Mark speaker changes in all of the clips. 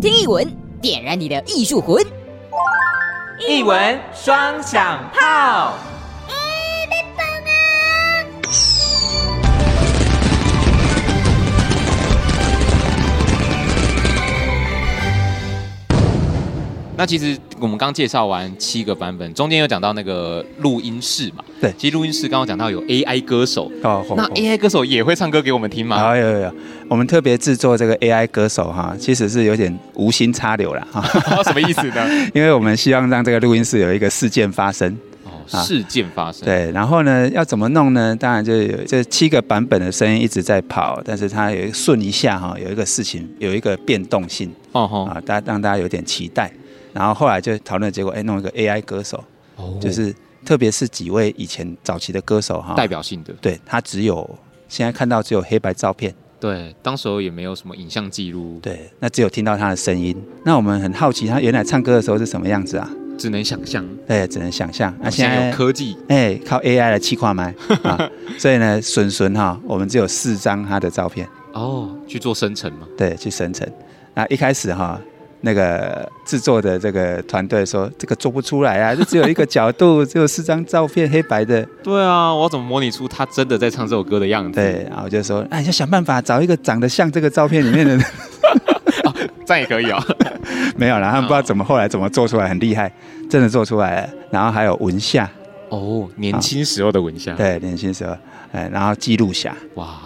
Speaker 1: 听一文，点燃你的艺术魂。
Speaker 2: 一文双响炮。
Speaker 3: 那其实我们刚介绍完七个版本，中间有讲到那个录音室嘛？
Speaker 4: 对
Speaker 3: 其实录音室刚刚讲到有 AI 歌手，
Speaker 4: 哦，吼
Speaker 3: 那
Speaker 4: 吼
Speaker 3: AI 歌手也会唱歌给我们听 吗？
Speaker 4: 啊，有有有，我们特别制作这个 AI 歌手哈，其实是有点无心插柳啦哈，
Speaker 3: 什么意思呢？
Speaker 4: 因为我们希望让这个录音室有一个事件发生。
Speaker 3: 哦，
Speaker 4: 啊
Speaker 3: 事件发生。
Speaker 4: 对，然后呢，要怎么弄呢？当然就有这七个版本的声音一直在跑，但是它有顺一下哈，有一个事情有一个变动性
Speaker 3: 哦吼，
Speaker 4: 啊，大家让大家有点期待。然后后来就讨论结果，哎，弄一个 AI 歌手，
Speaker 3: 哦
Speaker 4: 就是特别是几位以前早期的歌手哈，
Speaker 3: 代表性的。
Speaker 4: 对他只有现在看到只有黑白照片。
Speaker 3: 对，当时候也没有什么影像记录，
Speaker 4: 对，那只有听到他的声音。那我们很好奇，他原来唱歌的时候是什么样子啊？
Speaker 3: 只能想象。
Speaker 4: 对，只能想象。那、
Speaker 3: 现
Speaker 4: 啊现
Speaker 3: 在
Speaker 4: 在
Speaker 3: 有科技，
Speaker 4: 哎，靠 AI 来气化麦 啊，所以呢，笋笋哈，我们只有四张他的照片，
Speaker 3: 哦，去做生成嘛？
Speaker 4: 对，去生成。那一开始哈，那个制作的这个团队说，这个做不出来啊，就只有一个 角度，只有四张照片，黑白的。
Speaker 3: 对啊，我要怎么模拟出他真的在唱这首歌的样子？
Speaker 4: 对，然后我就说，哎，要想办法找一个长得像这个照片里 面的。
Speaker 3: 这样也可以哦。
Speaker 4: 没有啦，他们不知道怎么后来怎么做出来，很厉害，真的做出来了。然后还有文夏，
Speaker 3: 哦，年轻时候的文夏。
Speaker 4: 对，年轻时候，哎，然后记录侠，
Speaker 3: 哇，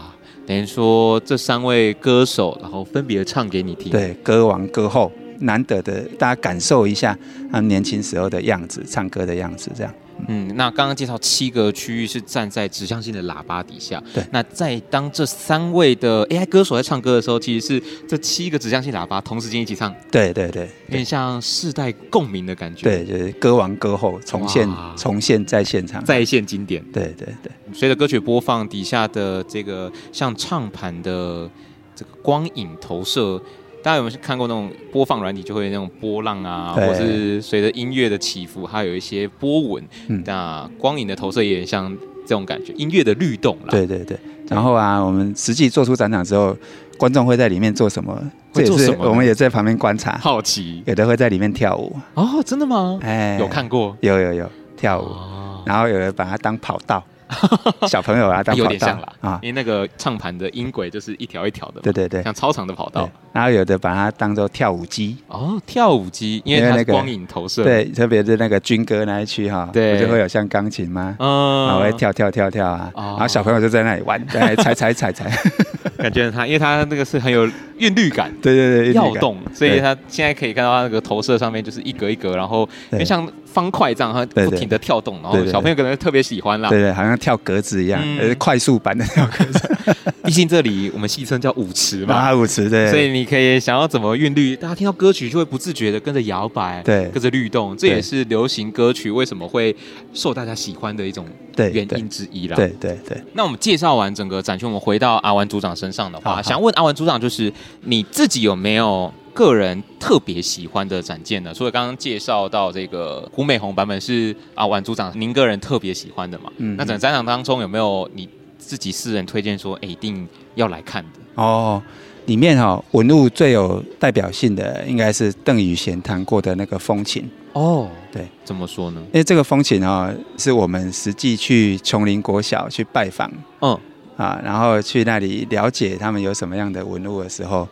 Speaker 3: 等于说这三位歌手，然后分别唱给你听。，
Speaker 4: 对，歌王歌后，难得的，大家感受一下他们年轻时候的样子，唱歌的样子，这样。
Speaker 3: 嗯，那刚刚介绍七个区域是站在指向性的喇叭底下。
Speaker 4: 对
Speaker 3: 那在当这三位的 AI 歌手在唱歌的时候，其实是这七个指向性喇叭同时间一起唱，
Speaker 4: 对对对
Speaker 3: 有点像世代共鸣的感觉。，
Speaker 4: 对，就是歌王歌后重现
Speaker 3: 哇
Speaker 4: 重现在现场，
Speaker 3: 在线经典。
Speaker 4: 对对对
Speaker 3: 随着歌曲播放，底下的这个像唱盘的这个光影投射，大家有没有看过那种播放软体就会有那种波浪啊，
Speaker 4: 对
Speaker 3: 或是随着音乐的起伏，它有一些波纹。
Speaker 4: 嗯
Speaker 3: 那光影的投射也很像这种感觉，音乐的律动啦。，
Speaker 4: 对对对。然后啊，我们实际做出展场之后，观众会在里面做什么？这
Speaker 3: 会
Speaker 4: 也
Speaker 3: 做
Speaker 4: 是
Speaker 3: 什么呢
Speaker 4: 我们也在旁边观察，
Speaker 3: 好奇
Speaker 4: 有的会在里面跳舞，
Speaker 3: 哦，真的吗？
Speaker 4: 哎，
Speaker 3: 有看过
Speaker 4: 有有有跳舞。
Speaker 3: 哦，
Speaker 4: 然后有人把它当跑 道，小朋友把它当
Speaker 3: 哎有
Speaker 4: 跑
Speaker 3: 点像
Speaker 4: 道
Speaker 3: 啦，
Speaker 4: 啊，
Speaker 3: 因为那个唱盘的音轨就是一条一条的嘛，
Speaker 4: 对对对
Speaker 3: 像操场的跑
Speaker 4: 对
Speaker 3: 道。，
Speaker 4: 哦然后有的把它当做跳舞机。
Speaker 3: 哦，跳舞机，因
Speaker 4: 因为
Speaker 3: 为它
Speaker 4: 那
Speaker 3: 是
Speaker 4: 个
Speaker 3: 光影投射，，
Speaker 4: 对，特别是那个军歌那一区哈，
Speaker 3: 对
Speaker 4: 不就会有像钢琴吗？然后
Speaker 3: 嗯
Speaker 4: 啊会跳跳跳跳啊，
Speaker 3: 哦
Speaker 4: 然后小朋友就在那里玩，在那里踩踩踩踩，
Speaker 3: 感觉他，因为他那个是很有韵律感。
Speaker 4: 对对对，
Speaker 3: 要
Speaker 4: 那个
Speaker 3: 动，所以
Speaker 4: 对
Speaker 3: 他现在可以看到他那个投射上面就是一格一格，然后因
Speaker 4: 对
Speaker 3: 为像方块这样，它
Speaker 4: 对对
Speaker 3: 不停的跳动，然
Speaker 4: 对
Speaker 3: 后
Speaker 4: 对对
Speaker 3: 小朋友可能特别喜欢啦。
Speaker 4: 对对，好像跳格子一样，
Speaker 3: 嗯
Speaker 4: 呃，快速版的跳格子，
Speaker 3: 毕竟这里我们戏称叫舞池 嘛，
Speaker 4: 八舞池对，
Speaker 3: 所以你可以想要怎么韵律，大家听到歌曲就会不自觉的跟着摇摆，
Speaker 4: 对
Speaker 3: 跟着律动，这也
Speaker 4: 对
Speaker 3: 是流行歌曲为什么会受大家喜欢的一种
Speaker 4: 对
Speaker 3: 原
Speaker 4: 对
Speaker 3: 因之一啦。
Speaker 4: 对对对，
Speaker 3: 那我们介绍完整个展区，我们回到阿文组长身上的
Speaker 4: 好
Speaker 3: 话，
Speaker 4: 好
Speaker 3: 想问阿文组长，就是你自己有没有个人特别喜欢的展件呢？除了刚刚介绍到这个胡美红版本是阿文组长您个人特别喜欢的嘛？
Speaker 4: 嗯
Speaker 3: 那整个展场当中有没有你自己私人推荐说，哎、一定要来看的？
Speaker 4: 哦。里面哈、文物最有代表性的应该是邓宇贤弹过的那个风琴，
Speaker 3: 哦，
Speaker 4: 对，
Speaker 3: 怎么说呢？
Speaker 4: 因为这个风琴啊、是我们实际去琼林国小去拜访
Speaker 3: 嗯，
Speaker 4: 啊，然后去那里了解他们有什么样的文物的时候，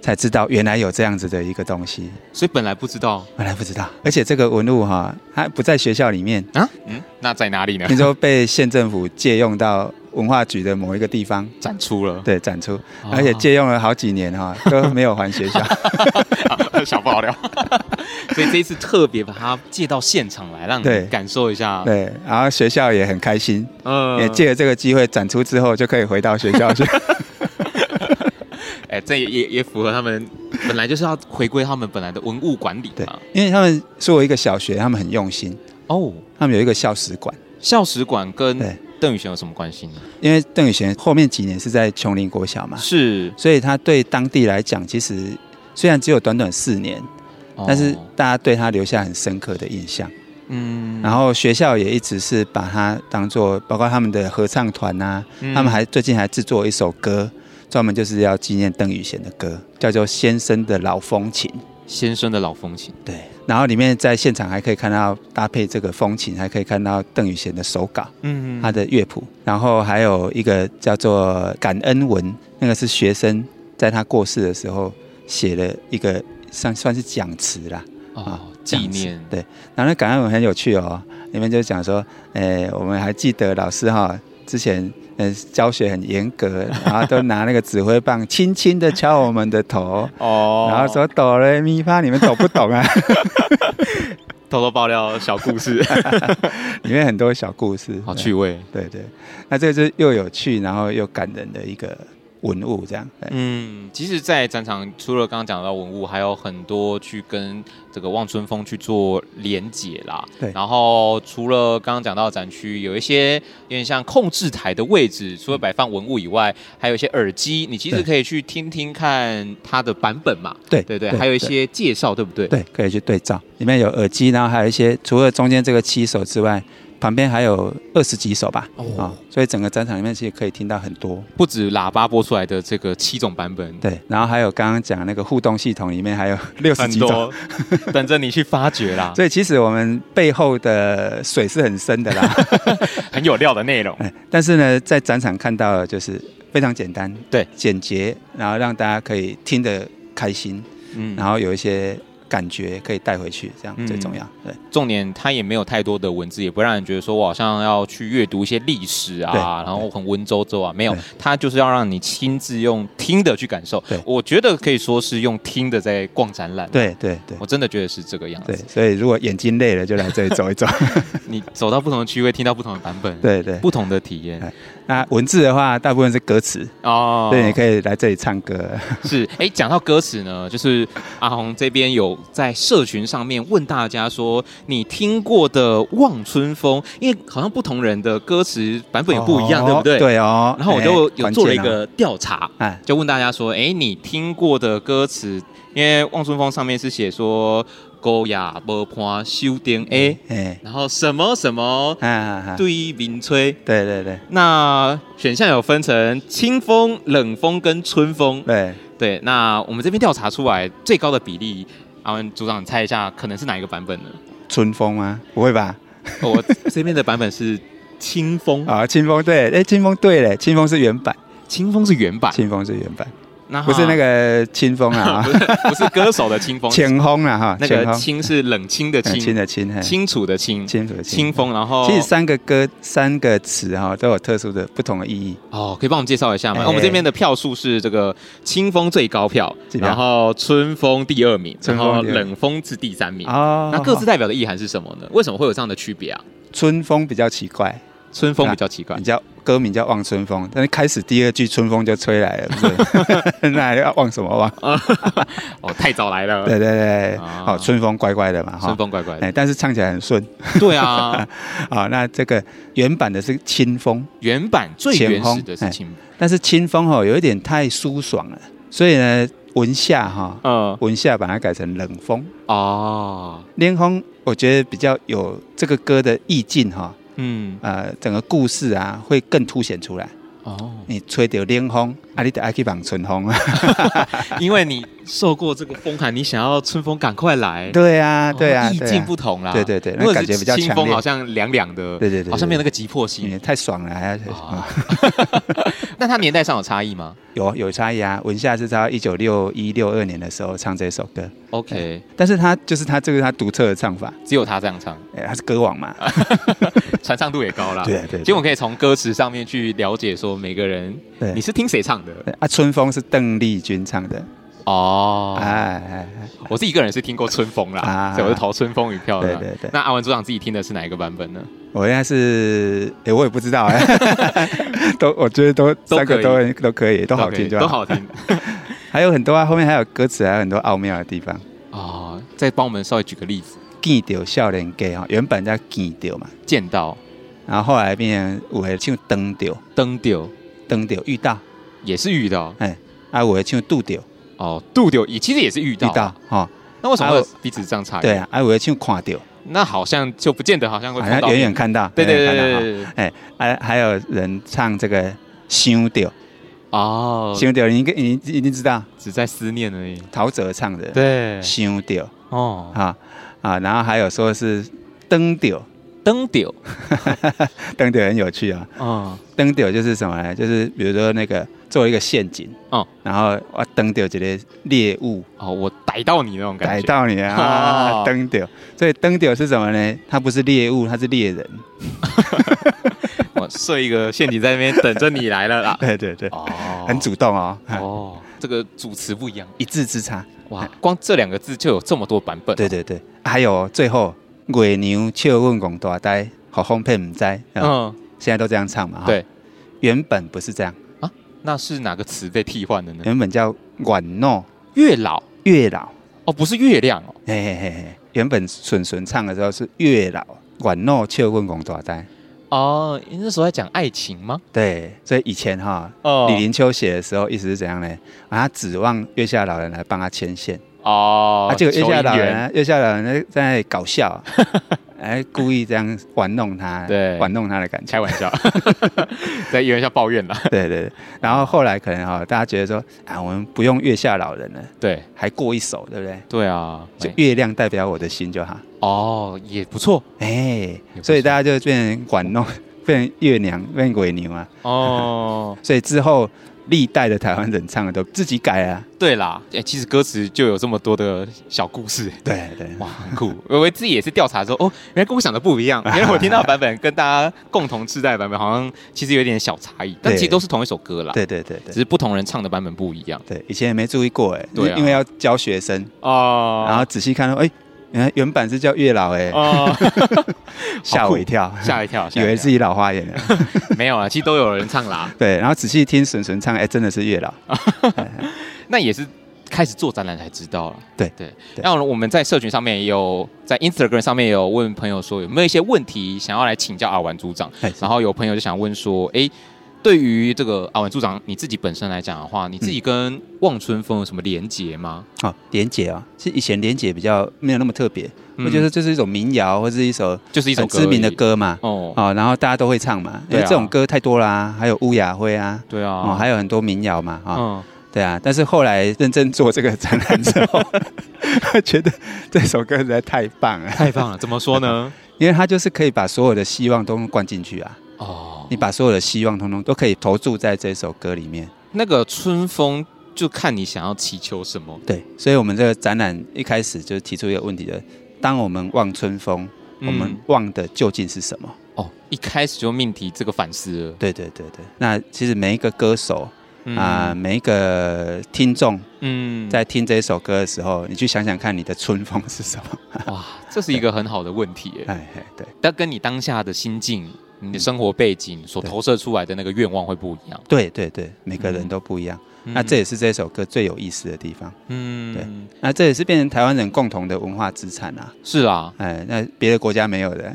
Speaker 4: 才知道原来有这样子的一个东西，
Speaker 3: 所以本来不知道
Speaker 4: 本来不知道。而且这个文物哈、它不在学校里 面，
Speaker 3: 啊，嗯，那在哪里呢？
Speaker 4: 听说被县政府借用到文化局的某一个地方。
Speaker 3: 展出了，
Speaker 4: 对，展出，
Speaker 3: 哦
Speaker 4: 而且借用了好几 年哈、都没有还学校。
Speaker 3: 小不好聊。 所以这一次特别把它借到现场来，让
Speaker 4: 对
Speaker 3: 你感受一下。
Speaker 4: 对，然后学校也很开心，
Speaker 3: 嗯
Speaker 4: 也借了这个机会展出之后，就可以回到学校去。
Speaker 3: 哎、这也也也符合他们本来就是要回归他们本来的文物管理
Speaker 4: 对
Speaker 3: 嘛。，
Speaker 4: 因为他们作为一个小学，他们很用心，
Speaker 3: 哦，
Speaker 4: 他们有一个校史馆。
Speaker 3: 校史馆跟
Speaker 4: 对
Speaker 3: 邓宇贤有什么关系呢？
Speaker 4: 因为邓宇贤后面几年是在琼林国小嘛，
Speaker 3: 是，
Speaker 4: 所以他对当地来讲，其实虽然只有短短四年，
Speaker 3: 哦
Speaker 4: 但是大家对他留下很深刻的印象。
Speaker 3: 嗯
Speaker 4: 然后学校也一直是把他当做，包括他们的合唱团啊，
Speaker 3: 嗯
Speaker 4: 他们还最近还制作一首歌，专门就是要纪念邓宇贤的歌，叫做《先生的老风琴》。
Speaker 3: 先生的老风琴，
Speaker 4: 对，然后里面在现场还可以看到搭配这个风琴，还可以看到邓雨贤的手稿，
Speaker 3: 嗯
Speaker 4: 他的乐谱，然后还有一个叫做感恩文，那个是学生在他过世的时候写的一个算算是讲词啦，
Speaker 3: 哦
Speaker 4: 啊，
Speaker 3: 纪念，
Speaker 4: 对，然后那感恩文很有趣哦，里面就讲说，诶，我们还记得老师哈、之前嗯教学很严格，然后都拿那个指挥棒轻轻的敲我们的头，
Speaker 3: 哦
Speaker 4: 然后说哆来咪发，你们懂不懂啊？
Speaker 3: 偷偷爆料小故 事，
Speaker 4: 里面很多小故事，
Speaker 3: 好趣味，
Speaker 4: 对对，那这个是又有趣，然后又感人的一个文物，这样。对
Speaker 3: 嗯，其实，在展场除了刚刚讲到文物，还有很多去跟这个望春风去做连结啦。
Speaker 4: 对
Speaker 3: 然后除了刚刚讲到的展区有一些有点像控制台的位置，除了摆放文物以外，还有一些耳机，你其实
Speaker 4: 对
Speaker 3: 可以去听听看它的版本嘛。
Speaker 4: 对
Speaker 3: 对对，还有一些介绍，对不对？
Speaker 4: 对，可以去对照，里面有耳机，然后还有一些除了中间这个七首之外，旁边还有二十几首吧。
Speaker 3: 哦
Speaker 4: 啊所以整个展场里面其实可以听到很多。
Speaker 3: 不止喇叭播出来的这个七种版本，
Speaker 4: 对，然后还有刚刚讲那个互动系统里面还有六十
Speaker 3: 很
Speaker 4: 几种。
Speaker 3: 多等着你去发掘 啦，
Speaker 4: 所以其实我们背后的水是很深的 啦，
Speaker 3: 很有料的内容。
Speaker 4: 哎但是呢，在展场看到的就是非常简单，
Speaker 3: 对，
Speaker 4: 简洁，然后让大家可以听得开心，
Speaker 3: 嗯
Speaker 4: 然后有一些感觉可以带回去，这样
Speaker 3: 嗯
Speaker 4: 最重要。对
Speaker 3: 重点它也没有太多的文字，也不让人觉得说我好像要去阅读一些历史
Speaker 4: 对
Speaker 3: 啊，然后很文绉绉啊，没有
Speaker 4: 对，
Speaker 3: 它就是要让你亲自用听的去感受
Speaker 4: 对。
Speaker 3: 我觉得可以说是用听的在逛展览。，
Speaker 4: 对对对
Speaker 3: 我真的觉得是这个样
Speaker 4: 对，
Speaker 3: 子。
Speaker 4: 所以如果眼睛累了，就来这里走一走。
Speaker 3: 你走到不同的区位，听到不同的版本，，
Speaker 4: 对对，
Speaker 3: 不同的体验
Speaker 4: 哎那文字的话，大部分是歌词，
Speaker 3: 哦。
Speaker 4: 对，你可以来这里唱歌。
Speaker 3: 是，哎，讲到歌词呢，就是阿红这边有在社群上面问大家说，你听过的《望春风》，因为好像不同人的歌词版本也不一样，
Speaker 4: 哦
Speaker 3: 对不对？
Speaker 4: 对哦。
Speaker 3: 然后我就
Speaker 4: 哎
Speaker 3: 有做了一，
Speaker 4: 关键哦
Speaker 3: 个调查，
Speaker 4: 哎，
Speaker 3: 就问大家说：“哎，你听过的歌词？因为《望春风》上面是写说‘高雅无伴修丁 A’，
Speaker 4: 哎，
Speaker 3: 然后什么什么
Speaker 4: 啊啊，啊
Speaker 3: 对民吹。
Speaker 4: 对对对
Speaker 3: 那选项有分成清风、冷风跟春风。
Speaker 4: 对，
Speaker 3: 对，那我们这边调查出来最高的比例，阿文组长你猜一下，可能是哪一个版 本呢？
Speaker 4: 春风吗？不会吧？
Speaker 3: 哦我这边的版本是清风，
Speaker 4: 啊，清风对，哎，清风对嘞，清风是原版，
Speaker 3: 清风是原版，
Speaker 4: 清风是原版，
Speaker 3: 那
Speaker 4: 不是那个清风 啊，
Speaker 3: 不是不是歌手的清风，
Speaker 4: 清风啊哈，
Speaker 3: 那
Speaker 4: 清
Speaker 3: 个
Speaker 4: 风
Speaker 3: 清是冷清的
Speaker 4: 嗯
Speaker 3: 清，
Speaker 4: 清的清，嘿
Speaker 3: 清楚的清，
Speaker 4: 清楚的
Speaker 3: 清。风。然后
Speaker 4: 其实三个歌三个词哈都有特殊的不同的意义，
Speaker 3: 哦，可以帮我们介绍一下吗？
Speaker 4: 哎
Speaker 3: 我们这边的票数是这个清风最高票，
Speaker 4: 几票
Speaker 3: 然后春风第二名，然
Speaker 4: 春风
Speaker 3: 后
Speaker 4: 第二名
Speaker 3: 冷风是第三名。
Speaker 4: 哦
Speaker 3: 那各自代表的意涵是什么呢？为什么会有这样的区别啊？
Speaker 4: 春风比较奇怪，
Speaker 3: 春风比较奇怪
Speaker 4: 你，叫歌名叫望春风，但是开始第二句春风就吹来了，不 是那还要望什么望？
Speaker 3: 哦，太早来了，
Speaker 4: 对对对，
Speaker 3: 啊
Speaker 4: 好、春风乖乖的嘛哈
Speaker 3: 春。风怪怪的。
Speaker 4: 哎，但是唱起来很顺
Speaker 3: 对啊，
Speaker 4: 啊、那这个原版的是清风，
Speaker 3: 原版最原始的
Speaker 4: 清风
Speaker 3: 是
Speaker 4: 哎
Speaker 3: 清，
Speaker 4: 但是清风哈、有一点太舒爽了，所以呢，文夏哈、
Speaker 3: 呃，
Speaker 4: 文夏把它改成冷风。
Speaker 3: 哦，
Speaker 4: 冷风我觉得比较有这个歌的意境哈、
Speaker 3: 嗯，
Speaker 4: 呃，整个故事啊会更凸显出来。
Speaker 3: 哦，
Speaker 4: 你吹到冷风，啊，你得爱去放春风 啊。
Speaker 3: 因为你受过这个风寒，你想要春风赶快来，
Speaker 4: 对啊，对啊，
Speaker 3: 哦意
Speaker 4: 对啊
Speaker 3: 境不同啦，
Speaker 4: 对对对
Speaker 3: 如
Speaker 4: 那
Speaker 3: 果是
Speaker 4: 感觉比较
Speaker 3: 清
Speaker 4: 强
Speaker 3: 风
Speaker 4: 烈
Speaker 3: 好像凉凉的，
Speaker 4: 对对对对嗯
Speaker 3: 好像没有那个急迫性
Speaker 4: 你。太爽了，还要
Speaker 3: 嗯啊 那它年代上有差异吗
Speaker 4: 有有差异啊。文夏是他一九六一六二年的时候唱这首歌，
Speaker 3: ？OK，
Speaker 4: 但是他就是他这个他独特的唱法，
Speaker 3: 只有他这样唱，
Speaker 4: 哎，他是歌王嘛，
Speaker 3: 啊传唱度也高啦。
Speaker 4: 对啊对啊
Speaker 3: 其实我们可以从歌词上面去了解说每个人
Speaker 4: 对
Speaker 3: 你是听谁唱的
Speaker 4: 对 啊，春风是邓丽君唱的，
Speaker 3: 哦
Speaker 4: 哎。哎，哎
Speaker 3: 我自己个人是听过春风啦，
Speaker 4: 啊
Speaker 3: 所以我是投春风一票的。
Speaker 4: 对对对
Speaker 3: 那阿文组长自己听的是哪一个版本呢？
Speaker 4: 我应该是，哎，我也不知 道，哎，都我觉得都
Speaker 3: 都
Speaker 4: 三
Speaker 3: 可
Speaker 4: 个
Speaker 3: 以
Speaker 4: 都都可以，都好
Speaker 3: 可以
Speaker 4: 听就
Speaker 3: 都
Speaker 4: 好。
Speaker 3: 好听
Speaker 4: 还有很多啊，后面还有歌词，还有很多奥妙的地方。
Speaker 3: 哦。再帮我们稍微举个例子，
Speaker 4: 见到少年家哈，原本叫见到嘛，
Speaker 3: 见到
Speaker 4: 然后后来变成有的唱登到，
Speaker 3: 登丢
Speaker 4: 登到遇到，
Speaker 3: 也是遇到
Speaker 4: 哎，啊有的唱拄到，遇
Speaker 3: 哦，度丢也其实也是遇到。
Speaker 4: 到哈。哦
Speaker 3: 那为什么
Speaker 4: 啊
Speaker 3: 会
Speaker 4: 我
Speaker 3: 有彼此这样差异？
Speaker 4: 对啊，啊，有的像看到，
Speaker 3: 那好像就不见得好像会
Speaker 4: 好
Speaker 3: 碰
Speaker 4: 像
Speaker 3: 到
Speaker 4: 远
Speaker 3: 面
Speaker 4: 远看到，哎啊
Speaker 3: 对对
Speaker 4: 远
Speaker 3: 对
Speaker 4: 远看到
Speaker 3: 对
Speaker 4: 哈
Speaker 3: 对对，
Speaker 4: 哎，还还有人唱这个想到，
Speaker 3: 哦，
Speaker 4: 想到你应该你一定知道
Speaker 3: 只在思念而已。
Speaker 4: 陶喆唱的，
Speaker 3: 对，
Speaker 4: 想到
Speaker 3: 哦，
Speaker 4: 啊啊，然后还有说是登丢，
Speaker 3: 灯丢，
Speaker 4: 登丢很有趣啊，
Speaker 3: 嗯，
Speaker 4: 登丢就是什么呢？就是比如说那个做一个陷阱，
Speaker 3: 哦
Speaker 4: 然后我登丢这个猎物
Speaker 3: 哦，我逮到你那种感
Speaker 4: 逮
Speaker 3: 觉，
Speaker 4: 到你了 啊
Speaker 3: 哦，
Speaker 4: 登丢，所以登丢是什么呢？它不是猎物，它是猎人，
Speaker 3: 我设一个陷阱在那边等着你来了啦。
Speaker 4: 对对 对，
Speaker 3: 哦
Speaker 4: 很主动哦，
Speaker 3: 哦，这个主词不一样
Speaker 4: 一字之差，
Speaker 3: 哇，光这两个字就有这么多版本。哦啊
Speaker 4: 对，对对，还有最后月娘笑问戆大呆，好哄骗唔知，嗯，
Speaker 3: 嗯，
Speaker 4: 现在都这样唱嘛，哈
Speaker 3: 对，
Speaker 4: 原本不是这样，
Speaker 3: 那是哪个词被替换的呢？
Speaker 4: 原本叫晚诺
Speaker 3: 月老
Speaker 4: 月老，
Speaker 3: 哦，不是月亮哦，
Speaker 4: 嘿嘿嘿嘿，原本笋笋唱的时候是月老晚诺笑问戆大呆。
Speaker 3: 哦，你那时候在讲爱情吗？
Speaker 4: 对，所以以前哈、
Speaker 3: 哦
Speaker 4: 李林秋写的时候，意思是怎样呢？啊，他指望月下老人来帮他牵线，
Speaker 3: 哦
Speaker 4: 啊，，结果月下老
Speaker 3: 求姻
Speaker 4: 人
Speaker 3: 缘
Speaker 4: 啊，月下老人在在那里搞 笑，哎，故意这样玩弄他，
Speaker 3: 对
Speaker 4: 玩弄他的感情
Speaker 3: 开，玩笑， 在医院下抱怨了。
Speaker 4: 对对对。然后后来可能哈、大家觉得说啊，我们不用月下老人了，
Speaker 3: 对
Speaker 4: 还过一首，对不对？
Speaker 3: 对啊，
Speaker 4: 就
Speaker 3: 哎
Speaker 4: 月亮代表我的心就好，
Speaker 3: 哦也不错
Speaker 4: 哎，
Speaker 3: 不
Speaker 4: 所以
Speaker 3: 错
Speaker 4: 大家就变成玩弄， 变成月娘，变成鬼牛啊。
Speaker 3: 哦。
Speaker 4: 所以之后历代的台湾人唱的都自己改啊，
Speaker 3: 对啦，哎、其实歌词就有这么多的小故事，
Speaker 4: 对对。
Speaker 3: 哇，很酷。我我自己也是调查说，哦，原来跟我想的不一 样，原来我听到的版本跟大家共同世代的版本好像其实有点小差异，但
Speaker 4: 对
Speaker 3: 其实都是同一首歌啦，
Speaker 4: 对对对对
Speaker 3: 只，是不同人唱的版本不一样
Speaker 4: 对，以前也没注意过哎，
Speaker 3: 对啊
Speaker 4: 因为要教学生，
Speaker 3: 哦
Speaker 4: 然后仔细看到哎，原来原版是叫月老哎，
Speaker 3: 哦，
Speaker 4: 吓我一跳，
Speaker 3: 吓一跳，
Speaker 4: 以为自
Speaker 3: 己
Speaker 4: 己老花眼了。
Speaker 3: 没有啊，其实都有人唱啦，
Speaker 4: 对，然后仔细听笋笋唱，哎，真的是月老。
Speaker 3: 哦那也是。开始做展览才知道了，
Speaker 4: 对
Speaker 3: 对。
Speaker 4: 对
Speaker 3: 然后我们在社群上面也有，在 Instagram 上面也有问朋友说有没有一些问题想要来请教阿玩组长，
Speaker 4: 哎
Speaker 3: 然后有朋友就想问说，哎，对于这个阿文组长你自己本身来讲的话，你自己跟望春风有什么连结吗？
Speaker 4: 哦，连姐啊，是以前连姐比较没有那么特别，
Speaker 3: 嗯
Speaker 4: 我觉得这是一种民谣或是一首
Speaker 3: 就是一首
Speaker 4: 很
Speaker 3: 歌
Speaker 4: 知名的
Speaker 3: 而已
Speaker 4: 歌嘛，
Speaker 3: 哦，
Speaker 4: 哦，然后大家都会唱嘛，因为
Speaker 3: 对啊
Speaker 4: 这种歌太多啦，还有乌雅辉啊，
Speaker 3: 对啊，
Speaker 4: 哦，还有很多民谣嘛，啊，
Speaker 3: 嗯，
Speaker 4: 对啊，但是后来认真做这个展览之后， 觉得这首歌实在太棒了，
Speaker 3: 太棒了，怎么说呢？
Speaker 4: 因为它就是可以把所有的希望都灌进去啊，
Speaker 3: 哦
Speaker 4: 你，把所有的希望通通都可以投注在这首歌里面。
Speaker 3: 那个春风就看你想要祈求什么，
Speaker 4: 对，所以我们这个展览一开始就提出一个问题的：当我们望春风，我们
Speaker 3: 嗯
Speaker 4: 望的究竟是什么？
Speaker 3: 哦，一开始就命题这个反思了，
Speaker 4: 对对对对。那其实每一个歌手
Speaker 3: 嗯
Speaker 4: 啊、每一个听众
Speaker 3: 嗯
Speaker 4: 在听这首歌的时候，你去想想看你的春风是什么？
Speaker 3: 哇，这是一个很好的问题耶，
Speaker 4: 哎，哎对
Speaker 3: 但跟你当下的心境、你的生活背景所
Speaker 4: 对
Speaker 3: 投射出来的那个愿望会不一样。
Speaker 4: 对对对，每个人
Speaker 3: 嗯
Speaker 4: 都不一样。那这也是这首歌最有意思的地方。
Speaker 3: 嗯，
Speaker 4: 对
Speaker 3: 嗯
Speaker 4: 那这也是变成台湾人共同的文化资产啊！
Speaker 3: 是 啦，
Speaker 4: 哎，那别的国家没有的。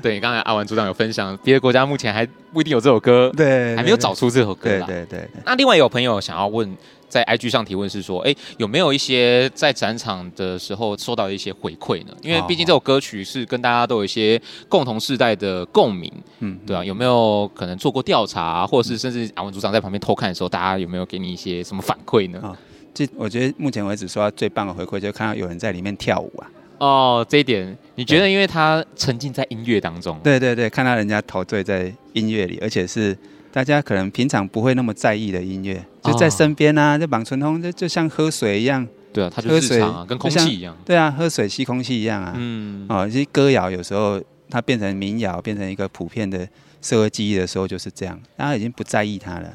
Speaker 3: 对，刚才阿文组长有分享，别的国家目前还不一定有这首歌，
Speaker 4: 对，
Speaker 3: 还没有找出这首歌
Speaker 4: 对。
Speaker 3: 啦。
Speaker 4: 对对对对。
Speaker 3: 那另外有朋友想要问，在 IG 上提问是说，哎，有没有一些在展场的时候收到一些回馈呢？因为毕竟
Speaker 4: 哦
Speaker 3: 这首歌曲是跟大家都有一些共同世代的共鸣，
Speaker 4: 嗯，
Speaker 3: 对啊，有没有可能做过调查，啊或者是甚至阿文组长在旁边偷看的时候，大家有没有给你一些什么反馈呢？
Speaker 4: 啊这我觉得目前为止收到最棒的回馈，就看到有人在里面跳舞啊。
Speaker 3: 哦，这一点你觉得，因为他沉浸在音乐当中，
Speaker 4: 对对对，看到人家陶醉在音乐里，而且是大家可能平常不会那么在意的音乐，就在
Speaker 3: 哦
Speaker 4: 身边啊，就莽春通，就就像喝水一样。
Speaker 3: 对啊，他就
Speaker 4: 喝
Speaker 3: 是
Speaker 4: 水
Speaker 3: 日常啊，跟空
Speaker 4: 就像
Speaker 3: 气一样，
Speaker 4: 对啊，喝水吸空气一样啊。
Speaker 3: 嗯，
Speaker 4: 哦，其实歌谣有时候它变成民谣，变成一个普遍的社会记忆的时候就是这样，大家已经不在意它了。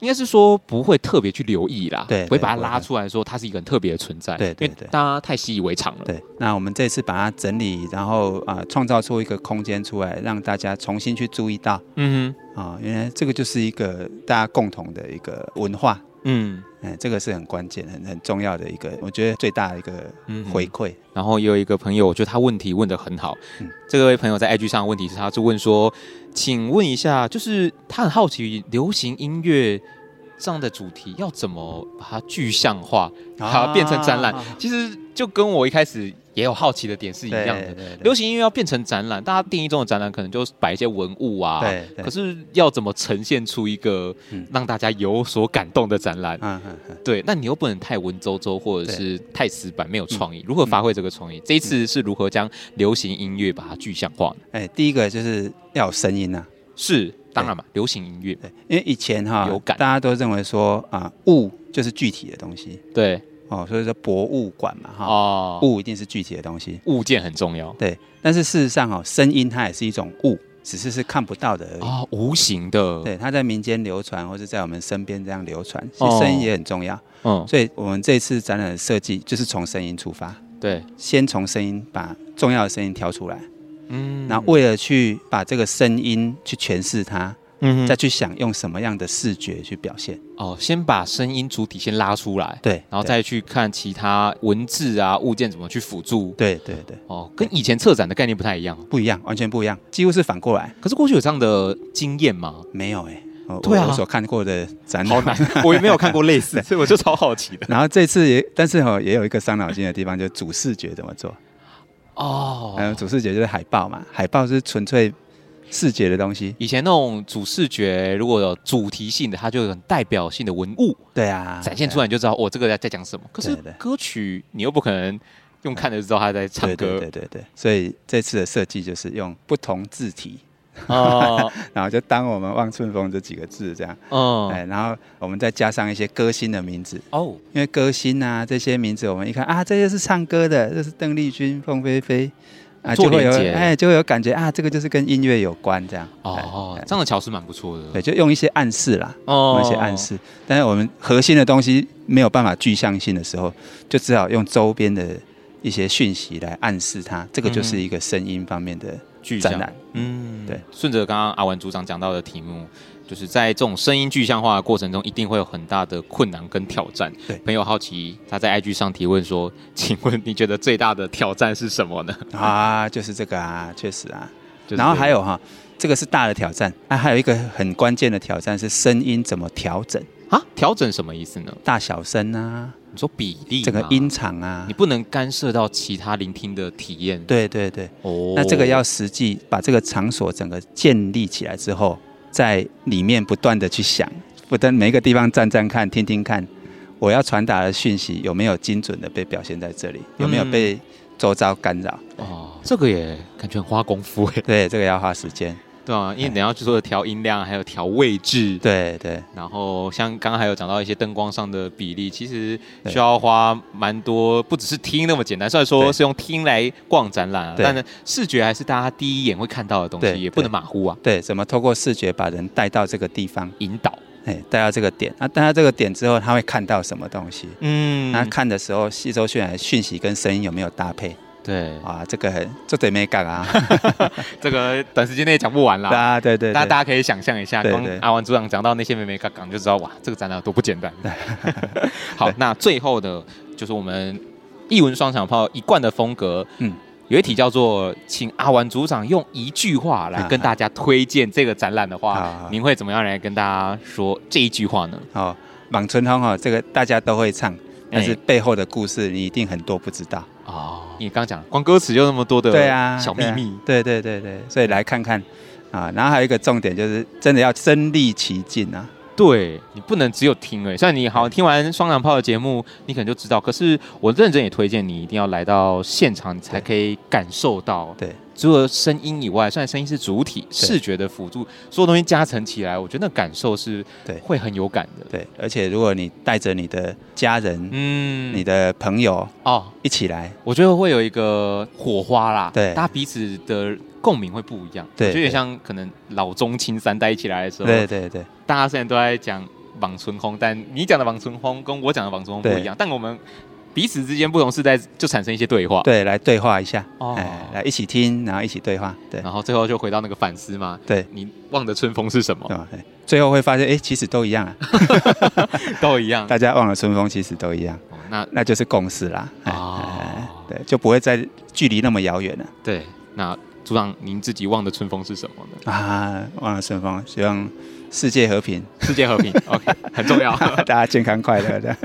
Speaker 3: 应该是说不会特别去留意啦，
Speaker 4: 对
Speaker 3: 不会把它
Speaker 4: 对
Speaker 3: 拉出来说它是一个很特别的存在，
Speaker 4: 对对
Speaker 3: 因为
Speaker 4: 对
Speaker 3: 大家太习以为常了，
Speaker 4: 对，那我们这次把它整理，然后啊、呃创造出一个空间出来，让大家重新去注意到
Speaker 3: 嗯
Speaker 4: 啊、原来这个就是一个大家共同的一个文化，
Speaker 3: 哼，嗯
Speaker 4: 嗯，这个是很关键、很很重要的一个，我觉得最大的一个
Speaker 3: 嗯哼
Speaker 4: 回馈。
Speaker 3: 然后也有一个朋友，我觉得他问题问得很好。
Speaker 4: 嗯
Speaker 3: 这位朋友在 IG 上的问题是，他就问说：“请问一下，就是他很好奇流行音乐这样的主题要怎么把它具象化，把它变成展览？”
Speaker 4: 啊
Speaker 3: 其实就跟我一开始也有好奇的点是一
Speaker 4: 对
Speaker 3: 样的
Speaker 4: 对。对
Speaker 3: 流行音乐要变成展览，大家定义中的展览可能就是摆一些文物啊，
Speaker 4: 对对
Speaker 3: 可是要怎么呈现出一个
Speaker 4: 嗯
Speaker 3: 让大家有所感动的展览？
Speaker 4: 嗯嗯嗯，
Speaker 3: 对，那你又不能太文绉绉或者
Speaker 4: 对嗯
Speaker 3: 是太死板，没有创意。如何发挥这个创意？这一次是如何将流行音乐把它具象化呢？
Speaker 4: 哎，第一个就是要有声音呐、啊
Speaker 3: 是，当然嘛，流行音乐，
Speaker 4: 对，因为以前哈、
Speaker 3: 有感
Speaker 4: 大家都认为说啊，物就是具体的东西
Speaker 3: 对，
Speaker 4: 哦，所以说博物馆嘛哈，
Speaker 3: 哦，
Speaker 4: 物一定是具体的东西，
Speaker 3: 物件很重要
Speaker 4: 对。但是事实上哦，声音它也是一种物，只是是看不到的而已。
Speaker 3: 啊，无形的，
Speaker 4: 对，它在民间流传，或是在我们身边这样流传，其
Speaker 3: 哦
Speaker 4: 实声音也很重要。
Speaker 3: 嗯，
Speaker 4: 所以我们这次展览的设计就是从声音出发，
Speaker 3: 对，
Speaker 4: 先从声音把重要的声音挑出来，
Speaker 3: 嗯
Speaker 4: 然后为了去把这个声音去诠释它，
Speaker 3: 嗯
Speaker 4: 再
Speaker 3: 哼
Speaker 4: 去想用什么样的视觉去表现。
Speaker 3: 哦，先把声音主体先拉出来，
Speaker 4: 对，
Speaker 3: 然后再去看其他文字啊、物件怎么去辅助。
Speaker 4: 对对对对，
Speaker 3: 哦，跟以前策展的概念不太一样。
Speaker 4: 不一样，完全不一样，几乎是反过来。
Speaker 3: 可是过去有这样的经验 吗？
Speaker 4: 没有哎、欸，我
Speaker 3: 对啊
Speaker 4: 我所看过的展
Speaker 3: 好
Speaker 4: 览。
Speaker 3: 难，我也没有看过类似，所以我就超好奇的。
Speaker 4: 然后这次也，但是哦，也有一个伤脑筋的地方，就是主视觉怎么做。
Speaker 3: 哦，
Speaker 4: 还有主视觉就是海报嘛，海报是纯粹视觉的东西。
Speaker 3: 以前那种主视觉，如果有主题性的，它就有很代表性的文物
Speaker 4: 对啊，
Speaker 3: 展现出
Speaker 4: 来。
Speaker 3: 来，你就知道我、哦、这个在在讲什么。可是
Speaker 4: 对对
Speaker 3: 歌曲，你又不可能用看的知道他在唱
Speaker 4: 对对
Speaker 3: 歌
Speaker 4: 对对对，所以这次的设计就是用不同字体，
Speaker 3: 哦，
Speaker 4: 然后就当我们望春风这几个字这样，
Speaker 3: 嗯，
Speaker 4: 哎，然后我们再加上一些歌星的名字，
Speaker 3: 哦，
Speaker 4: 因为歌星啊这些名字我们一看啊，这些是唱歌的，这是邓丽君、凤飞飞，啊
Speaker 3: 做
Speaker 4: 就会有
Speaker 3: 连结
Speaker 4: 哎就会有感觉啊，这个就是跟音乐有关这样。
Speaker 3: 哦
Speaker 4: 哎，哎
Speaker 3: 这样的巧思蛮不错的。
Speaker 4: 对，就用一些暗示啦，
Speaker 3: 哦
Speaker 4: 用一些暗示。但是我们核心的东西没有办法具象性的时候，就只好用周边的一些讯息来暗示它。这个
Speaker 3: 嗯
Speaker 4: 就是一个声音方面的
Speaker 3: 具象
Speaker 4: 展览。
Speaker 3: 嗯，
Speaker 4: 对。
Speaker 3: 顺着刚刚阿文组长讲到的题目，就是在这种声音具象化的过程中，一定会有很大的困难跟挑战。
Speaker 4: 对
Speaker 3: 朋友好奇，他在 IG 上提问说：“请问你觉得最大的挑战是什么呢
Speaker 4: 啊，就是这个啊，确实啊。？”
Speaker 3: 就是
Speaker 4: 然后还有哈，这个是大的挑战。那、还有一个很关键的挑战是声音怎么调整，
Speaker 3: 啊，调整什么意思呢？
Speaker 4: 大小声啊，
Speaker 3: 你说比例吗，
Speaker 4: 整个音场啊
Speaker 3: 你。不能干涉到其他聆听的体验。
Speaker 4: 对对对，
Speaker 3: 哦，
Speaker 4: 那这个要实际把这个场所整个建立起来之后，在里面不断的去想，不断每一个地方站站看、听听看，我要传达的讯息有没有精准的被表现在这里，有没有
Speaker 3: 嗯
Speaker 4: 被周遭干扰？
Speaker 3: 哦，这个也感觉很花功夫哎。
Speaker 4: 对，这个要花时间。
Speaker 3: 对啊，因为你要去做调音量，还有调位置，
Speaker 4: 哎对对
Speaker 3: 然后像刚刚还有讲到一些灯光上的比例，其实
Speaker 4: 对
Speaker 3: 需要花蛮多，不只是听那么简单。虽然说
Speaker 4: 对
Speaker 3: 是用听来逛展览、啊，
Speaker 4: 对
Speaker 3: 但是视觉还是大家第一眼会看到的东
Speaker 4: 对
Speaker 3: 西，也不
Speaker 4: 对
Speaker 3: 能马虎啊。
Speaker 4: 对，怎么透过视觉把人带到这个地方？
Speaker 3: 引导，
Speaker 4: 哎，带到这个点，那、带到这个点之后，他会看到什么东西？
Speaker 3: 嗯
Speaker 4: 那看的时候，吸收讯来讯息跟声音有没有搭配
Speaker 3: 对，
Speaker 4: 啊？这个很这得没感啊！
Speaker 3: 这个短时间内讲不完啦。
Speaker 4: 啊，对对对，
Speaker 3: 大家大家可以想象一下，
Speaker 4: 对
Speaker 3: 刚
Speaker 4: 对
Speaker 3: 阿文组长讲到那些美美嘎嘎，你就知道哇，这个展览有多不简 单。好，那最后的就是我们艺文双响炮一贯的风格，嗯
Speaker 4: 嗯，
Speaker 3: 有一题叫做请阿文组长用一句话来跟大家推荐这个展览的
Speaker 4: 嗯好
Speaker 3: 话
Speaker 4: 好，
Speaker 3: 您会怎么样来跟大家说这一句话呢？
Speaker 4: 哦，莽春风哦，这个大家都会唱，但是
Speaker 3: 哎
Speaker 4: 背后的故事你一定很多不知道。
Speaker 3: 哦，你刚讲光歌词就那么多的
Speaker 4: 对啊，
Speaker 3: 小秘
Speaker 4: 对啊
Speaker 3: 密，
Speaker 4: 对对对对，所以来看看啊。然后还有一个重点就是，真的要身历其境啊。
Speaker 3: 对你不能只有听而已。虽然你好听完双响炮的节目，你可能就知道，可是我认真也推荐你一定要来到现场，你才可以感受到。
Speaker 4: 对，
Speaker 3: 除了声音以外，虽然声音是主体，视觉的辅助，所有东西加成起来，我觉得那感受是
Speaker 4: 对
Speaker 3: 会很有感的。
Speaker 4: 对，而且如果你带着你的家人、
Speaker 3: 嗯，
Speaker 4: 你的朋友
Speaker 3: 哦，
Speaker 4: 一起来，
Speaker 3: 我觉得会有一个火花啦，
Speaker 4: 对
Speaker 3: 大家彼此的共鸣会不一样。
Speaker 4: 对
Speaker 3: 我觉得有点
Speaker 4: 对
Speaker 3: 像可能老中青三代一起来的时候，
Speaker 4: 对对对
Speaker 3: 大家虽然都在讲网存轰，但你讲的网存轰跟我讲的网存轰不一样，但我们彼此之间不同世代就产生一些对话，
Speaker 4: 对，来对话一下，
Speaker 3: 哦
Speaker 4: 哎，来一起听，然后一起对话，对
Speaker 3: 然后最后就回到那个反思嘛，
Speaker 4: 对
Speaker 3: 你望的春风是什么
Speaker 4: 对，吧？哎最后会发现，哎，其实都一样啊，
Speaker 3: 都一样。
Speaker 4: 大家忘了春风，其实都一样，啊
Speaker 3: 哦那
Speaker 4: 那就是共识啦。哎
Speaker 3: 哦
Speaker 4: 哎对，就不会再距离那么遥远了。
Speaker 3: 对，那组长您自己望的春风是什么呢？
Speaker 4: 啊，忘了顺风，希望世界 和平，
Speaker 3: 世界和 平，OK，很重要，
Speaker 4: 大家健康快乐的。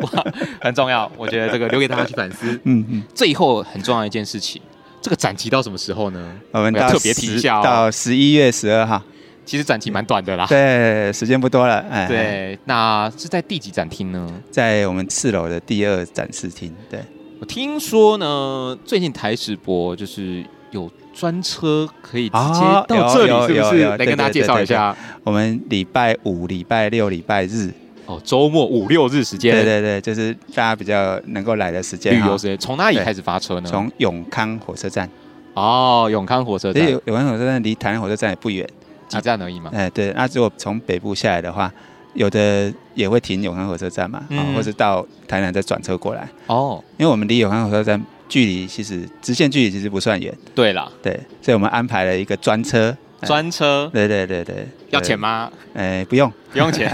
Speaker 3: 很重要。我觉得这个留给大家去反思。
Speaker 4: 嗯嗯，
Speaker 3: 最后很重要的一件事情，这个展期到什么时候呢？
Speaker 4: 我们
Speaker 3: 我要
Speaker 4: 到
Speaker 3: 特别提一
Speaker 4: 10
Speaker 3: 下哦啊
Speaker 4: 到十一月十二号，
Speaker 3: 其实展期蛮短的啦。
Speaker 4: 对，时间不多了。哎，，
Speaker 3: 对，那是在第几展厅呢？
Speaker 4: 在我们四楼的第二展示厅，对，
Speaker 3: 我听说呢，最近台史博就是有专车可以直接
Speaker 4: 啊
Speaker 3: 到这
Speaker 4: 有
Speaker 3: 里，是
Speaker 4: 有
Speaker 3: 不
Speaker 4: 有
Speaker 3: 是？
Speaker 4: 有
Speaker 3: 来跟大家介绍一下
Speaker 4: 我们礼拜五、礼拜六、礼拜日，
Speaker 3: 哦，周末五六日时间，
Speaker 4: 对对对，就是大家比较能够来的时间
Speaker 3: 旅
Speaker 4: 哈，
Speaker 3: 游时间，从哪里
Speaker 4: 对
Speaker 3: 开始发车呢？
Speaker 4: 从永康火车站，
Speaker 3: 哦，永康火车
Speaker 4: 其
Speaker 3: 站
Speaker 4: 实永永康火车站离台南火车站也不远，
Speaker 3: 几站而已嘛。
Speaker 4: 哎，对，那如果从北部下来的话，有的也会停永康火车站嘛，
Speaker 3: 嗯
Speaker 4: 啊，或者到台南再转车过来，
Speaker 3: 哦，
Speaker 4: 因为我们离永康火车站距离其实直线距离其实不算远，
Speaker 3: 对啦，
Speaker 4: 对，所以我们安排了一个专车，哎
Speaker 3: 专车
Speaker 4: 对对对对，
Speaker 3: 要钱
Speaker 4: 对？
Speaker 3: 吗？
Speaker 4: 哎，不用，
Speaker 3: 不用 钱。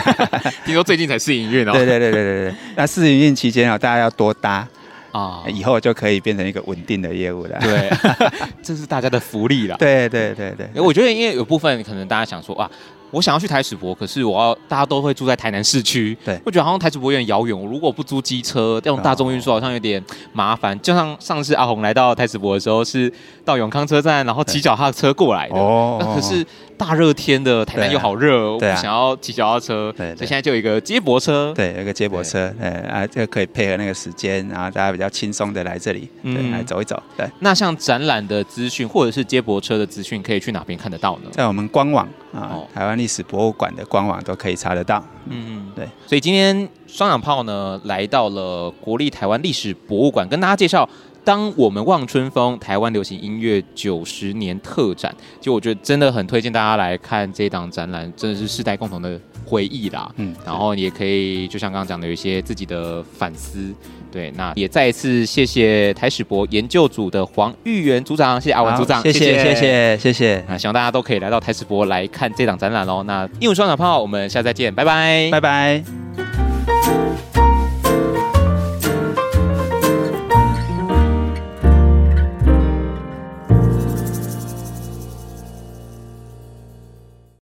Speaker 3: 听说最近才试营运哦。
Speaker 4: 对对对对对 对。那试营运期间啊，大家要多搭，
Speaker 3: 啊，
Speaker 4: 以后就可以变成一个稳定的业务了。
Speaker 3: 对， 这是大家的福利啦。
Speaker 4: 对对对对
Speaker 3: 哎，我觉得因为有部分可能大家想说啊，我想要去台史博，可是我要大家都会住在台南市区，
Speaker 4: 对
Speaker 3: 我觉得好像台史博有点遥远。我如果不租机车，用大众运输好像有点麻烦。就像上次阿红来到台史博的时候，是到永康车站，然后骑脚踏车过来的。
Speaker 4: 哦
Speaker 3: 那可是大热天的台南
Speaker 4: 对啊
Speaker 3: 又好热，我不
Speaker 4: 对啊
Speaker 3: 想要骑脚踏车，
Speaker 4: 对对
Speaker 3: 所以现在就有一个接驳车。
Speaker 4: 对，有一个接驳车，哎啊，这个可以配合那个时间，然后大家比较轻松的来这里，对，
Speaker 3: 嗯
Speaker 4: 来走一走。对，
Speaker 3: 那像展览的资讯或者是接驳车的资讯，可以去哪边看得到呢？
Speaker 4: 在我们官网啊
Speaker 3: 哦，
Speaker 4: 台湾历史博物馆的官网都可以查得到。
Speaker 3: 嗯，
Speaker 4: 对。
Speaker 3: 所以今天双响炮呢来到了国立台湾历史博物馆，跟大家介绍。当我们望春风，台湾流行音乐九十年特展，就我觉得真的很推荐大家来看这档展览，真的是世代共同的回忆啦。
Speaker 4: 嗯，
Speaker 3: 然后你也可以，就像刚刚讲的，有一些自己的反思。对，那也再一次谢谢台史博研究组的黄玉元组长，谢谢阿文
Speaker 4: 好
Speaker 3: 组长，
Speaker 4: 谢谢谢谢谢谢，
Speaker 3: 啊，希望大家都哦可以来到台史博来看这档展览喽。那英文双响炮，我们下次再见，拜拜，
Speaker 4: 拜拜。
Speaker 5: 啊